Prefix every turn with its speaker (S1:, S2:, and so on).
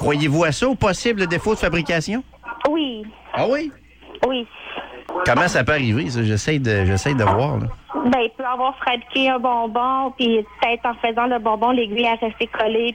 S1: Croyez-vous à ça, au possible défaut de fabrication?
S2: Oui,
S1: Ah oui?
S2: oui.
S1: Comment ça peut arriver, ça? J'essaie de, j'essaie de voir, là.
S2: Ben, il peut avoir fabriqué un bonbon, puis peut-être en faisant le bonbon, l'aiguille a resté collée,